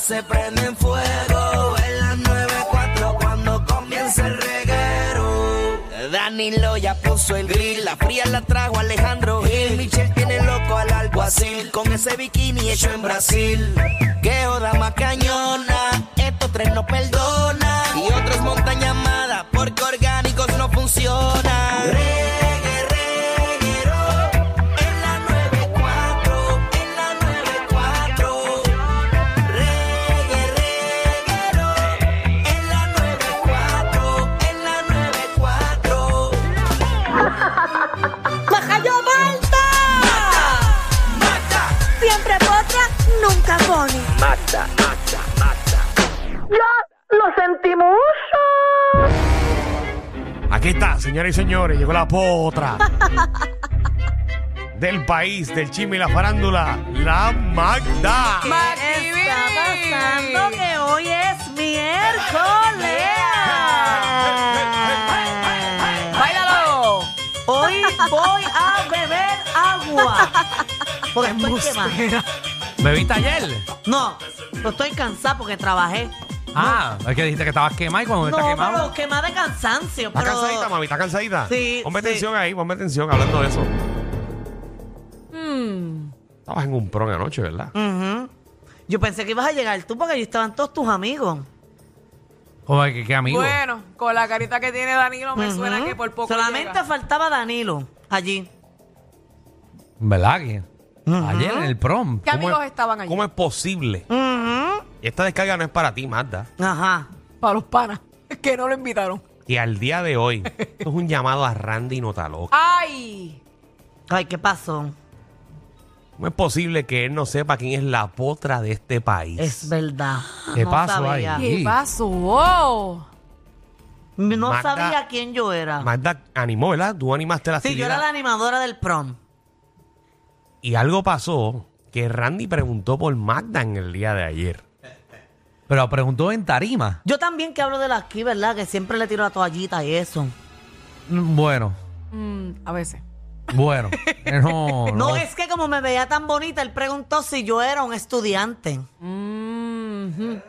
se prenden fuego. En las 94 cuando comienza el reguero. Danilo ya puso el grill, la fría la trajo Alejandro Gil. Michel tiene loco al alguacil con ese bikini hecho en Brasil. Qué joda más cañona, estos tres no perdonan. Y otros montan llamada porque orgánicos no funcionan. Reggae, reguero, en la 94, en la 94. Reggae, reguero, en la 94, en la 94. ¡Majayo Malta! ¡Mata! Siempre potra, nunca pone. Aquí está, señoras y señores, llegó la potra del país, del chisme y la farándula, la Magda. ¿Qué está pasando? Que hoy es miércoles. ¡Báilalo! Hoy voy a beber agua. Porque estoy quemada. ¿Bebiste ayer? No, no estoy cansada porque trabajé. Ah, es que dijiste que estabas quemada y cuando está no, quemado. pero quemada de cansancio. ¿Estás pero- cansadita, mami? ¿Estás cansadita? Sí, Ponme sí. atención ahí, ponme atención hablando de eso. Hmm. Estabas en un pron anoche, ¿verdad? Ujú. Yo pensé que ibas a llegar tú porque allí estaban todos tus amigos. Joder, qué, qué amigo. Bueno, con la carita que tiene Danilo me suena que por poco Solamente llega. faltaba Danilo allí. ¿Verdad que? Ayer en el prom. ¿Qué ¿Cómo amigos es- estaban ahí? ¿Cómo es posible? Ujú. Esta descarga no es para ti, Magda. Ajá. Para los panas, que no lo invitaron. Y al día de hoy, esto es un llamado a Randy Notaloca. ¡Ay! Ay, ¿qué pasó? ¿Cómo es posible que él no sepa quién es la potra de este país? Es verdad. ¿Qué no pasó sabía. ahí? ¿Qué Sí. pasó? No Magda- sabía quién yo era. Magda animó, ¿verdad? Tú animaste la sí, yo actividad. era la animadora del prom. Y algo pasó que Randy preguntó por Magda en el día de ayer. Pero preguntó en tarima. Yo también que hablo de la aquí, ¿verdad? Que siempre le tiro la toallita y eso. Mm, Bueno, Mm, a veces. bueno. Eh, No, no. No, es que como me veía tan bonita, él preguntó si yo era un estudiante. Mhm.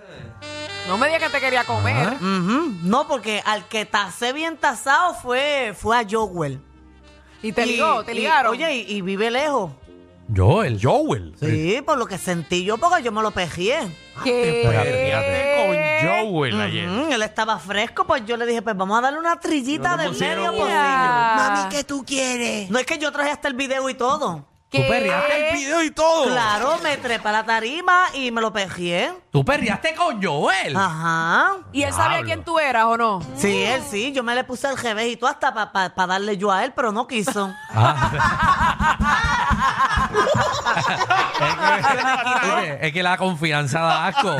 No me digas que te quería comer. Ah. Ujú. No, porque al que tasé bien tasado fue, fue a Jowell. Y te Y- ligó, te y- ligaron. oye, y, y vive lejos. Joel. Joel. Sí, por lo que sentí yo, porque yo me lo pejié. ¿Qué? Fíjate con Joel ayer. Ujú, Él estaba fresco, pues yo le dije, pues vamos a darle una trillita No te del pusieron medio un- posible. Mami, ¿qué? No es que yo traje hasta el video y todo. Tú perreaste el video. y todo. Claro, me trepé a la tarima y me lo pejié. Tú perreaste con Joel. Ajá. ¿Y él sabía Diablo. quién tú eras o no? Sí, él sí, yo me le puse el revés y todo hasta para darle yo a él, pero no quiso. Ah. es, que, es que la confianza da asco.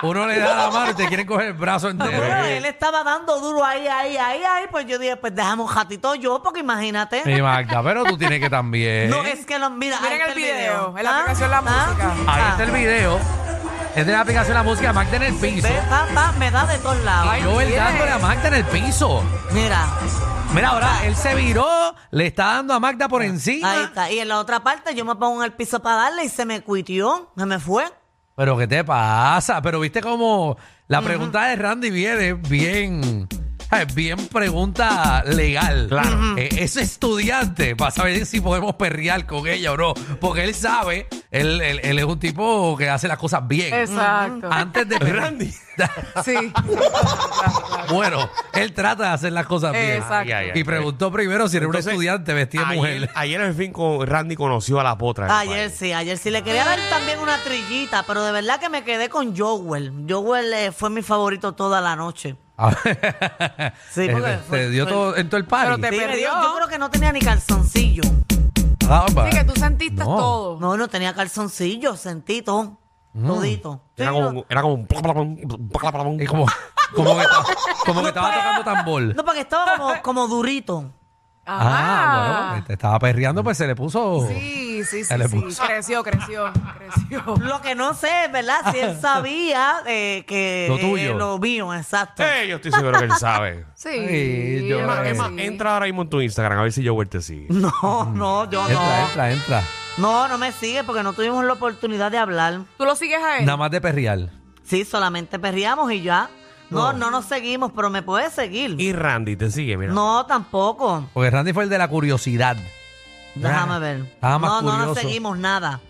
Uno le da la mano y te quieren coger el brazo entero. Pero él estaba dando duro ahí, ahí, ahí, ahí, pues yo dije, pues dejamos un ratito yo, porque imagínate. Sí, Magda, pero tú tienes que también. No, es que lo, mira, ahí Miren está el video, en la aplicación La Música. Ahí Ah. está el video. Es de la aplicación de la música, Magda en el piso. Ve, pa, pa, me da de todos lados. Y Joel mire. dándole a Magda en el piso. Mira, Mira, ahora él se viró, le está dando a Magda por encima. ahí está. Y en la otra parte yo me pongo en el piso para darle y se me cuitió, se me fue. Pero ¿qué te pasa? Pero viste cómo la pregunta de Randy viene bien, eh, bien pregunta legal. Claro. es estudiante para saber si podemos perrear con ella o no. Porque él sabe, él, él- él es un tipo que hace las cosas bien. Exacto. Antes de Randy. Sí. bueno, él trata de hacer las cosas bien. Exacto. Ay, ay, ay. Y preguntó primero si era un Entonces, estudiante vestida de Ayer, mujer. ayer, en fin, con Randy conoció a la potra. del Ayer país. sí, ayer sí. Le quería dar también una trillita, pero de verdad que me quedé con Jowell. Jowell eh, fue mi favorito toda la noche. Sí, porque Eh, fue- te dio fue- todo, en todo el party. Pero Sí, te- me dio- perdió. yo creo que no tenía ni calzoncillo. Ah, va. Así que tú sentiste No. todo. No, no tenía calzoncillo, sentí todo. Mm. Todito. Era Sí, como, no, era como un plop, plop, plop, plop, plop, plop. Y como, como que, ta- como que estaba tocando tambor. no, porque estaba como, como durito. Ah. Ah, bueno, te estaba perreando, pues se le puso. Sí. Sí, sí, sí. El sí. esposo. Creció, creció, creció. Lo que no sé es, ¿verdad? Si él sabía eh, que Lo eh, tuyo. lo mío, exacto. Eh, yo estoy seguro que él sabe. Sí. Ay, yo- yo Es más, creo que es más, sí. entra ahora mismo en tu Instagram a ver si Joel te sigue. No, no, yo Entra, no. entra, entra. No, no me sigue porque no tuvimos la oportunidad de hablar. ¿Tú lo sigues a él? Nada más de perrear. Sí, solamente perriamos y ya. No, no, nos seguimos, pero me puedes seguir. Y Randy te sigue, mira. No, tampoco. Porque Randy fue el de la curiosidad. Déjame ver. Estaba más no, no nos curioso. seguimos nada.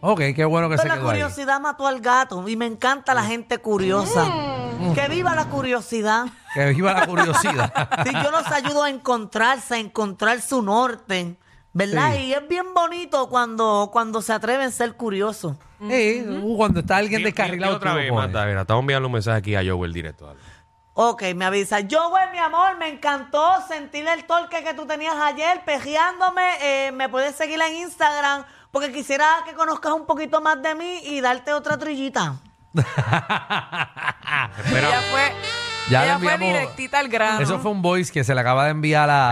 Ok, qué Mm. bueno que se Pero la quedó ahí. curiosidad mató al gato y me encanta la gente curiosa. Mm. Que viva la curiosidad. Que viva la curiosidad. Si yo los ayudo a encontrarse, a encontrar su norte, ¿verdad? Sí. Y es bien bonito cuando, cuando se atreven a ser curiosos. Sí, uh, cuando está alguien Di- di- di descarrilado. otra tú lo vez, pones. Magda, mira, estamos enviando un mensaje aquí a Joel directo. dale. Ok, me avisa. Yo, güey, mi amor, me encantó sentir el torque que tú tenías ayer pejeándome. Eh, me puedes seguir en Instagram porque quisiera que conozcas un poquito más de mí y darte otra trillita. Ella fue, Ya ella le fue enviamos- directita al grano. Eso fue un voice que se le acaba de enviar Ahí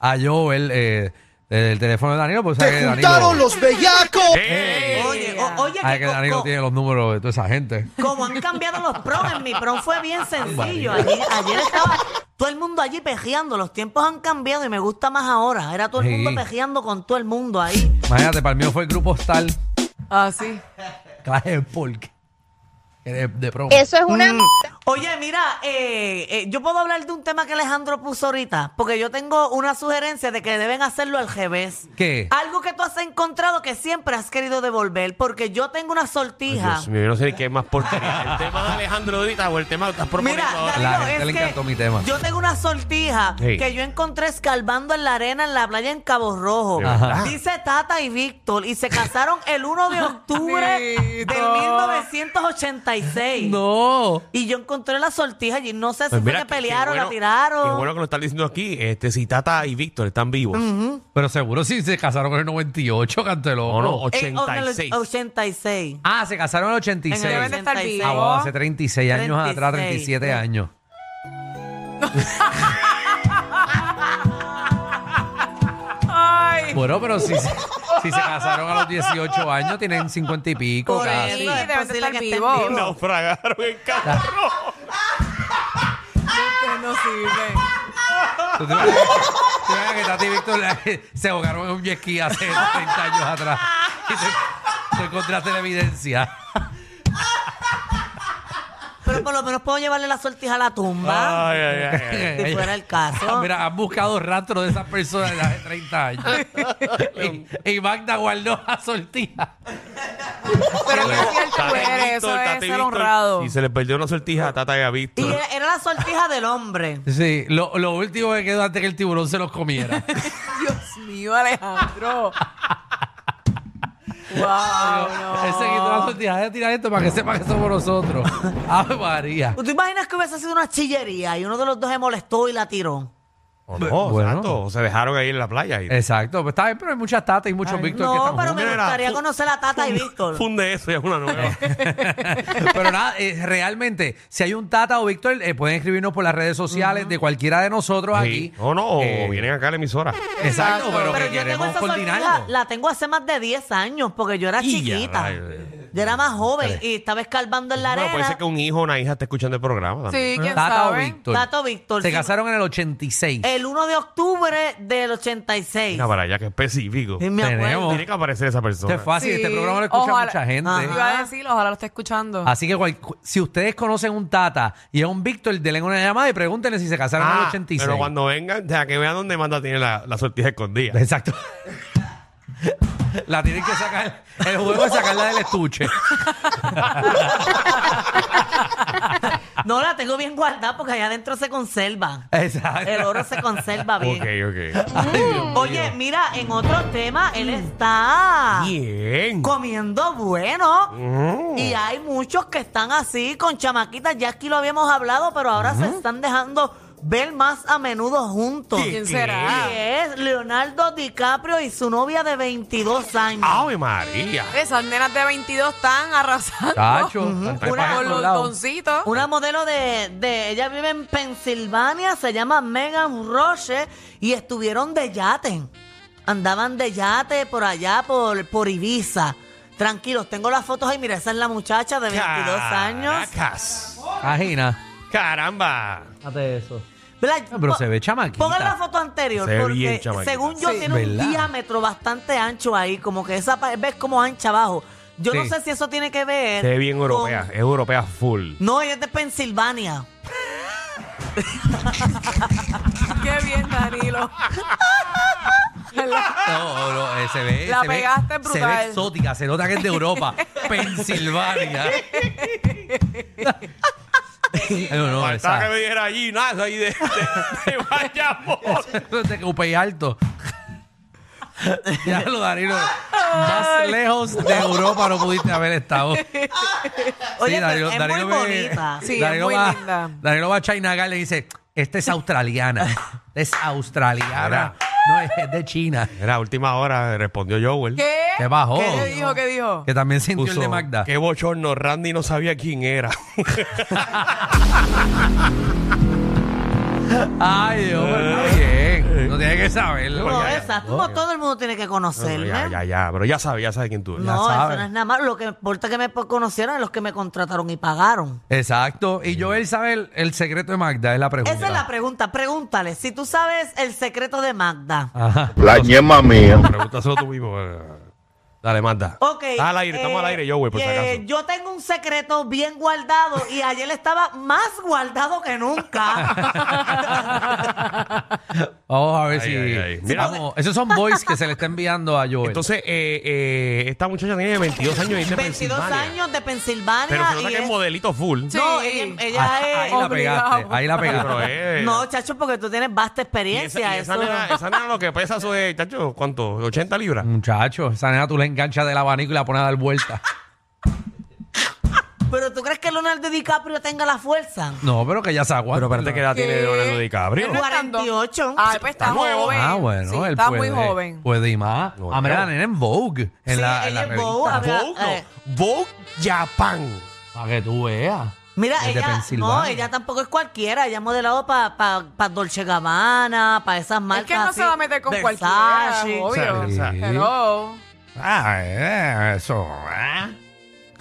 a, a Joel eh, del teléfono de Danilo. Pues, ¡Te juntaron los ¡Ey! Oye, o- oye, Ay, que Ah, que co- Danilo co- tiene los números de toda esa gente. como han cambiado los prom, en mi prom fue bien sencillo. Ayer, ayer estaba todo el mundo allí pejeando. Los tiempos han cambiado y me gusta más ahora. Era todo el Sí. mundo pejeando con todo el mundo ahí. Imagínate, para el mío fue el grupo Star. Ah, sí. Clase de porque. De, de promo. Eso es una m- Oye, mira, eh, eh, yo puedo hablar de un tema que Alejandro puso ahorita, porque yo tengo una sugerencia de que deben hacerlo al revés. ¿Qué? Algo que tú has encontrado que siempre has querido devolver, porque yo tengo una Ay, sortija. Dios mío, yo no sé ni qué es más porquería. el tema de Alejandro ahorita o el tema que estás proponiendo Mira, ahora. Danilo, La gente es le que encantó mi tema. Yo tengo una sortija Sí. que yo encontré escarbando en la arena en la playa en Cabo Rojo. ¿De verdad? Dice Tata y Víctor y se casaron el 1 de octubre del Bendito. 1986. No. Y yo encontré la sortija y no sé si Pues fue mira, que qué- qué pelearon, bueno- la tiraron. Qué bueno que lo están diciendo aquí. Este, si Tata y Víctor están vivos. Pero seguro si se casaron en el 98, Oh, eh, cantelo. O no, En- o en el 86. 86. Ah, se casaron en el En 86. el Deben de estar 86. Ah, vivos. wow, hace 36 años atrás, 36. 37 años. Ay. Bueno, pero si, si se casaron a los 18 años, tienen 50 y pico. Por casi. eso Sí, es deben de posible estar que estén vivos. vivos. Naufragaron en carro. Ustedes no sirven. ¿Tú te imaginas te imaginas que Tati y Víctor le- se ahogaron en un jet ski hace 30 años atrás? Y te, te encontraste la evidencia. Pero por lo menos puedo llevarle la sortija a la tumba. Ay, ay, ay, ay. Si fuera el caso. Mira, han buscado rastros de esas personas de hace 30 años. y, y Magda guardó la sortija. Pero qué cierto Tata y eres. Eso Víctor, es Tata y ser Víctor. honrado. Y se le perdió una sortija a Tata y a Víctor. Y eh, era, era la sortija del hombre. Sí, lo, lo último que quedó antes que el tiburón se los comiera. Dios mío, Alejandro. Oh, wow, no. Ese quitó la sortija. Deja de tirar esto para que sepa que somos nosotros. Ave María. ¿Tú te imaginas que hubiese sido una chillería y uno de los dos se molestó y la tiró? O Oh, no, Bueno. exacto. O se dejaron ahí en la playa. Y... Exacto, pues está bien, pero hay muchas tatas y muchos Víctor no, que están pero juntos. me Mira, gustaría fu- conocer a Tata y Víctor. Funde eso y es una nueva. Pero nada, eh, realmente, si hay un Tata o Víctor, eh, pueden escribirnos por las redes sociales de cualquiera de nosotros aquí. Sí. O no, o Eh, vienen acá a la emisora. Exacto, pero, yo que tengo queremos esa coordinarlo. sortija, la tengo hace más de 10 años porque yo era Y ya, chiquita. rayos. Yo era más joven y estaba escarbando en la Bueno, puede arena. ser que un hijo o una hija esté escuchando el programa. también. Sí, quién Tata o sabe. Víctor. Tato Víctor. Se sí. Eh, casaron en el 86. El 1 de octubre del 86. Mira para allá, que específico. Sí, me acuerdo. Tenemos. Tiene que aparecer esa Esto persona. es fácil, Sí, este programa lo escucha ojalá. mucha gente. Ah, Ajá. Iba a decir, ojalá lo esté escuchando. Así que cual- cu- si ustedes conocen un Tata y a un Víctor, denle una llamada y pregúntenle si se casaron en el Ah, 86. pero cuando vengan, ya que vean dónde manda tiene la, la sortija escondida. Exacto. La tienen que sacar, el juego es sacarla del estuche. No, la tengo bien guardada porque allá adentro se conserva. Exacto. El oro se conserva Ah, bien. Ok, ok. Ay, Dios Oye, mira, en otro tema, él está Bien. comiendo bueno. Mm. Y hay muchos que están así con chamaquitas. Ya aquí lo habíamos hablado, pero ahora se están dejando ver más a menudo juntos. ¿Quién será? Y es Leonardo DiCaprio y su novia de 22 años. Ave María. Esas nenas de 22 están arrasando. Tacho, están Una- para Con todos los lados. doncitos. Una modelo de, de- Ella vive en Pensilvania, se llama Megan Roche y estuvieron de yate. Andaban de yate por allá, por, por Ibiza. Tranquilos, tengo las fotos ahí. Mira, esa es la muchacha de 22 años. Caracas. Ajina. Caramba. Fíjate eso. ¿Verdad? Ah, pero Po- se ve chamaquita. Pongan la foto anterior, Se ve bien porque chamaquita. según yo Sí. tiene ¿Verdad? un diámetro bastante ancho ahí, como que esa pa- ves como ancha abajo. Yo no Sí. sé si eso tiene que ver. Se ve bien con- europea. Es europea full. No, ella es de Pensilvania. Qué bien, Danilo. No, no, eh, se ve. La se ve- pegaste Se ve brutal. exótica, se nota que es de Europa. Pensilvania. no, no, Faltaba que esa. me diera allí, nada, ahí de, de, de Bayamón. Te cupé alto. ya lo Danilo. Más lejos de Europa no pudiste haber estado. Sí, Oye, pero es muy me- bonita. Sí, es Danilo muy va, linda. Danilo va a China Girl y le dice: Esta es australiana. Esta es australiana. No, es es de China. Era última hora, respondió Joel. ¿Qué? ¿Qué bajó? ¿Qué dijo? ¿Qué dijo? Que también sintió Puso, el de Magda. Qué bochorno, Randy no sabía quién era. Ay, Dios, Eh. pero está bien. No tiene que saberlo. Pues No, Ya, ya. exacto. Como todo el mundo tiene que Pero conocerme. ya, ya, ya, pero ya sabe, ya sabe quién tú eres. No, sabe. eso no es nada más. Lo que me importa que me po- conocieran es los que me contrataron y pagaron. Exacto. Y Joel sabe el, el secreto de Magda, es la Pues pregunta. Esa es la pregunta. Pregúntale si tú sabes el secreto de Magda. Ajá. La ñema mía. Pregúntaselo tú mismo. eh. Dale, manda. Ok. Está al aire, estamos eh, al aire, Joel, por si eh, acaso. Yo tengo un secreto bien guardado y ayer estaba más guardado que nunca. Vamos a ver Ay, si. ay, ay. si Mira, vamos- esos son boys que se le está enviando a Joel. Entonces, eh, eh, esta muchacha tiene 22 años y dice 22 Pensilvania. años de Pensilvania. Pero se nota y que es es- modelito full. Sí. No, ella, ella Ah, ahí es. la obligado. pegaste. Ahí la Pero eh. pegaste. es... No, chacho, porque tú tienes y vasta experiencia. esa, y esa eso- nena, esa nena lo que pesa eso es, chacho, ¿cuánto? 80 libras. Mm. Muchacho, esa nena tú la enganchas del abanico y la pones a dar vuelta. Pero tú crees que Leonardo DiCaprio tenga la fuerza. No, pero que ya se Pero aguanta. espérate que edad ¿Qué? tiene Leonardo DiCaprio. Él no es tanto. 48. Eh, Ah, pues está, Está nuevo. joven. Ah, bueno, Sí, él está puede, muy joven. Puede y más. No, ah, mira, no. la nena en Vogue. En Sí, la, en ella la es Vogue, revista. a ver. Vogue, eh. no. Vogue Japan. Para que tú veas. Mira, Desde ella, no, Pensilvania. ella tampoco es cualquiera. Ella ha modelado para Dolce Gabbana, para esas marcas. Es que no así. se va a meter con Versace. cualquiera, O sea, obvio. sí. Hello. Ah, eh, eso. ¿eh?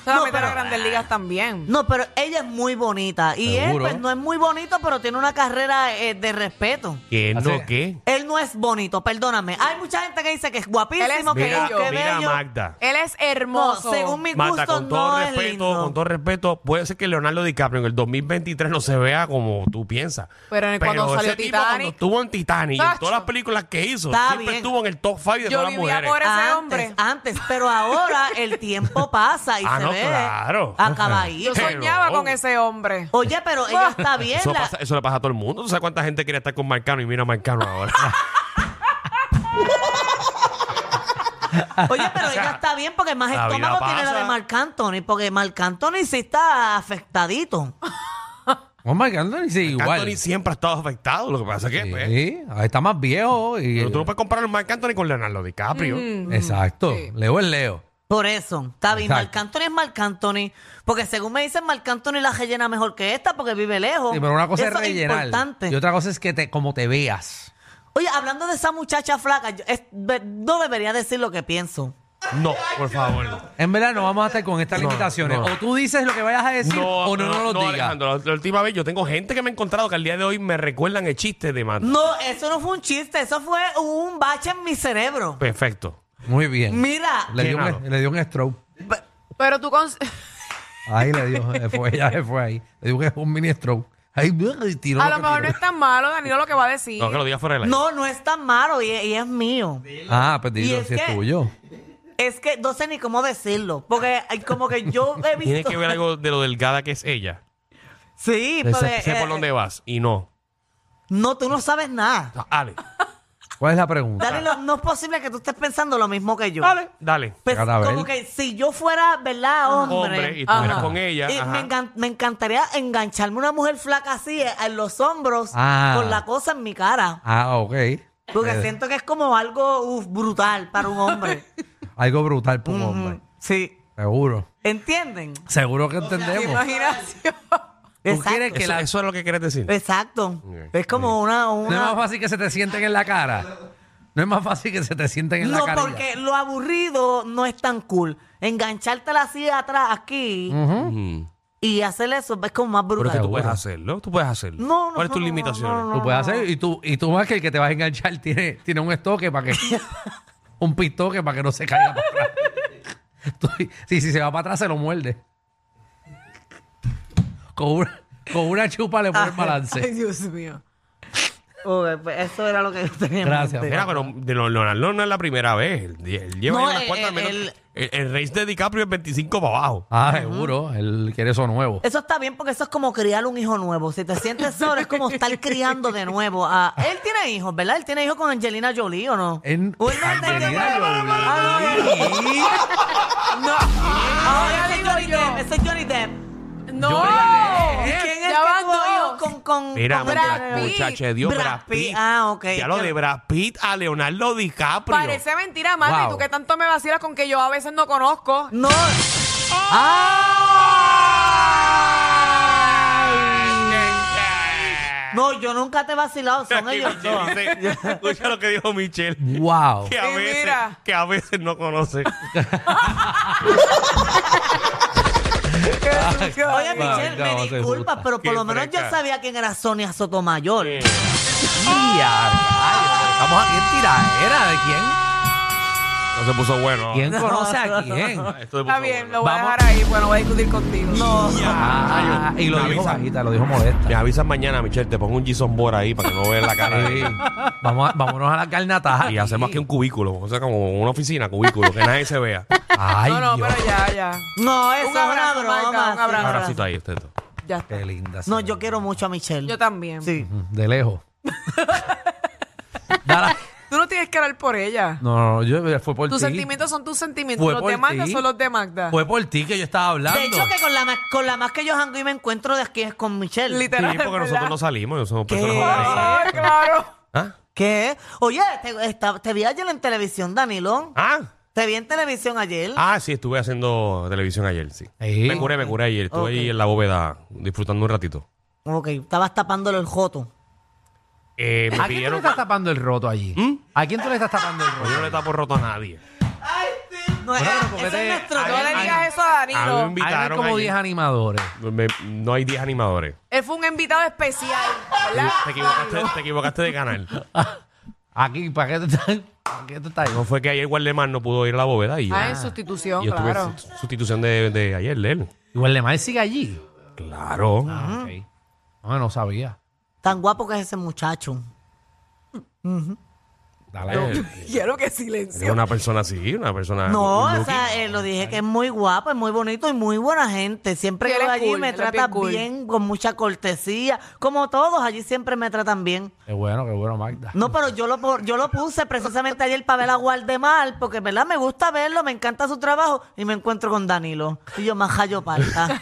Se va No, a meter pero- a Grandes Ligas también. No, pero ella es muy bonita. Y Seguro. él, pues, no es muy bonito, pero tiene una carrera eh, de respeto. ¿Qué Así- no qué? Él no es bonito, perdóname. Hay mucha gente que dice que es guapísimo, Él que es es Mira, bello. que mira a bello. Magda. Él es No, hermoso. según mi gusto, Magda, con todo no es respeto, lindo. con todo respeto, puede ser que Leonardo DiCaprio en el 2023 no se vea como tú piensas. Pero en el- cuando ese salió tipo, Titanic- cuando estuvo en Titanic, y en Tacho. todas las películas que hizo, Está siempre bien. estuvo en el top 5 de Yo todas las vivía mujeres. por ese antes, hombre. antes, pero ahora el tiempo pasa y Ah, se no, ve claro. acabadillo. Yo soñaba Hello. con ese hombre. Oye, pero ella está bien. Eso, la- pasa- eso le pasa a todo el mundo. ¿Tú sabes cuánta gente quiere estar con Marcano y mira a Marcano ahora? Oye, pero ella está bien porque más la vida estómago tiene la pasa. de Marc Anthony, porque Marc Anthony sí está afectadito. Oh my God, Anthony, sí, Marc igual. Anthony siempre ha estado afectado. Lo que pasa es que pues, Sí, ahí está más viejo. Y, pero tú no puedes comparar a Marc Anthony con Leonardo DiCaprio. Exacto. Leo es Leo. Por eso, está bien. Exacto. Marc Anthony es Marc Anthony, porque según me dicen, Marc Anthony la rellena mejor que esta porque vive lejos. Sí, pero una cosa Eso es rellenar. importante. Y otra cosa es que te, como te veas. Oye, hablando de esa muchacha flaca, yo- es- ve- no debería decir lo que pienso. Mm. No, por favor. En verdad, no vamos a estar con estas No, limitaciones. no. O tú dices lo que vayas a decir o Oh, no, no, lo digas. Alejandro, la, la última vez yo tengo gente que me he encontrado que al día de hoy me recuerdan el chiste de Magda. No, eso no fue un chiste, eso fue un bache en mi cerebro. Perfecto. Muy bien. Mira, Le dio, Llénalo. un, le dio un stroke. Pero tú con... Ahí le dio. se fue, ella se fue ahí. Le dio un mini stroke. Ahí y tiró. a lo lo que mejor no tiró. es tan malo, Danilo, lo que va a decir. No, que lo diga fuera del aire. no, no es tan malo y, y es mío. Ah, pues Y dilo, es si es que- tuyo. Es que no sé ni cómo decirlo, porque ay, como que yo he visto... Tiene que ver algo de lo delgada que es ella. Sí, Sé- porque, sé por eh, dónde vas y no. No, tú no sabes nada. No, Ale, ¿Cuál es la pregunta? Dale, no, no es posible que tú estés pensando lo mismo que yo. dale, dale. Pues, Cada vez. como que si yo fuera, ¿verdad, hombre? Hombre, y tú eres Ajá. con Oh, ella. y ajá. me, engan- me encantaría engancharme una mujer flaca así eh, en los hombros Ah. con la cosa en mi cara. Ah, ok. Porque Eh, siento que es como algo uf, brutal para un hombre. Algo brutal por un hombre. Ujú, Sí. Seguro. ¿Entienden? Seguro que entendemos. Imaginación. ¿Tú quieres que eso, la... Eh, eso es lo que quieres decir. Exacto. Es como una... ¿No es más una... fácil que se te sienten en la cara? No es más fácil que se te sienten en la No, cara. porque lo aburrido no es tan cool. Enganchártela así atrás, aquí, Ujú. y hacer eso es como más Pero que brutal. tú puedes hacerlo, tú puedes hacerlo. No, no, ¿Cuáles tus no, no, limitaciones? no, Tú puedes hacer, y tú, y tú más que el que te vas a enganchar tiene, tiene un estoque para que. un pistoque para que no se caiga para atrás. Tú- sí, si se va para atrás, se lo muerde. Con una, con una chupa le pone el balance. Ay, Dios mío. Ok, pues eso era lo que yo tenía. en Gracias, mente. Juan. Mira, pero de lo- Leonardo no es la primera vez. Él, él lleva No, ya unas eh, cuantas, eh, al menos- él- el, el race de DiCaprio es 25 para abajo. Ah, seguro. Él quiere eso nuevo. Eso está bien porque eso es como criar un hijo nuevo. Si te sientes solo, es como estar criando de nuevo. a- Él tiene hijos, ¿verdad? Él tiene hijos con Angelina Jolie, ¿o no? En- Uy, no, no, no, no, Angelina no, no, no, no, no, no, Jolie. Ahora digo Johnny yo. Depp, ese es Johnny Depp. No. ¿Y quién es Ya el que van tuvo dos. hijos con, con, Mira, con Brad Pitt. muchacha, Dios, Brad Brad Pitt. Pitt. Ah, ok. Ya lo de Brad Pitt a Leonardo DiCaprio. Parece mentira, Mati, Wow. tú que tanto me vacilas con que yo a veces no conozco. No, no, yo nunca te he vacilado, son Aquí ellos Michelle dos. dice- Escucha lo que dijo Michelle. Wow. Que a, Y veces, mira. que a veces no conoce. Oye, Wow, Michelle, no, me se disculpas, gusta. pero por Qué lo menos yo freca. sabía quién era Sonia Sotomayor. Ya, rayos. Estamos aquí en tiradera. ¿De quién? No se puso bueno. ¿Quién conoce a quién? Esto se puso Está bien, bueno. lo voy a Vamos. dejar ahí, pues no voy a discutir contigo. No, Ah, y lo Me dijo avisa. bajita, lo dijo modesta. Me avisas mañana, Michelle. Te pongo un Jason Bora ahí para que no veas la cara. Sí. de- Vamos a- vámonos a la carnataja. Y hacemos aquí un cubículo. O sea, como una oficina, cubículo, que nadie se vea. Ay, no, no, Dios, pero ya, ya. no, eso Un es una abrazo, broma. Maica, un sí, abrazo. Ahora sí está ahí usted. Ya está. Qué linda. No, señora. yo quiero mucho a Michelle. Yo también. Sí. De lejos. Dala- Tú no tienes que hablar por ella. No, no, yo eh, fue por ti. Tus sentimientos son tus sentimientos. Fue los por de Magda ti. son los de Magda. Fue por ti que yo estaba hablando. De hecho, que con la, más, con la más que yo jango y me encuentro de aquí es con Michelle. Sí, Literal. porque nosotros no salimos. Somos ¿Qué? personas Ah. organizadas. Ay, claro. ¿Ah? ¿Qué? Oye, te, esta- te vi ayer en televisión, Danilo. ¿Ah? Te vi en televisión ayer. Ah, sí, estuve haciendo televisión ayer, sí. Sí. Me curé, me curé ayer. Estuve Ok. ahí en la bóveda disfrutando un ratito. Ok, estabas tapándolo el joto. Eh, me ¿A quién tú le pidieron... estás tapando el roto allí? ¿Mm? ¿A quién tú le estás tapando el roto? Yo no le tapo roto a nadie. No, Bueno, eh, pero porque ese te- es nuestro ahí- No dólar. le ay, digas eso a A mí me Danilo. Hay invitaron como ayer. 10 animadores. Me- no hay 10 animadores. Él fue un invitado especial, ¿verdad? Te equivocaste, te equivocaste de canal. Aquí, ¿para qué tú estás? ¿Para qué tú estás ahí? No fue que ayer Guardemar no pudo ir a la bóveda y yo, Ah, en sustitución, yo estuve claro. en sustitución de, de ayer de él. Igual de mal sigue allí. Claro. Ah, ok. No, no sabía. Tan guapo que es ese muchacho. Dale, Quiero que eres silencio. una persona así, una persona. No, good o looking. sea, eh, Ah, lo dije que es muy guapo, es muy bonito y muy buena gente. Siempre Sí, que él voy es allí cool, me él es bien trata cool. bien, con mucha cortesía. Como todos, allí siempre me tratan bien. Qué bueno, qué bueno, Magda. No, pero yo lo, po- yo lo puse precisamente ayer para ver a Guardemar, porque verdad me gusta verlo, me encanta su trabajo, y me encuentro con Danilo. Y yo más hallo palta.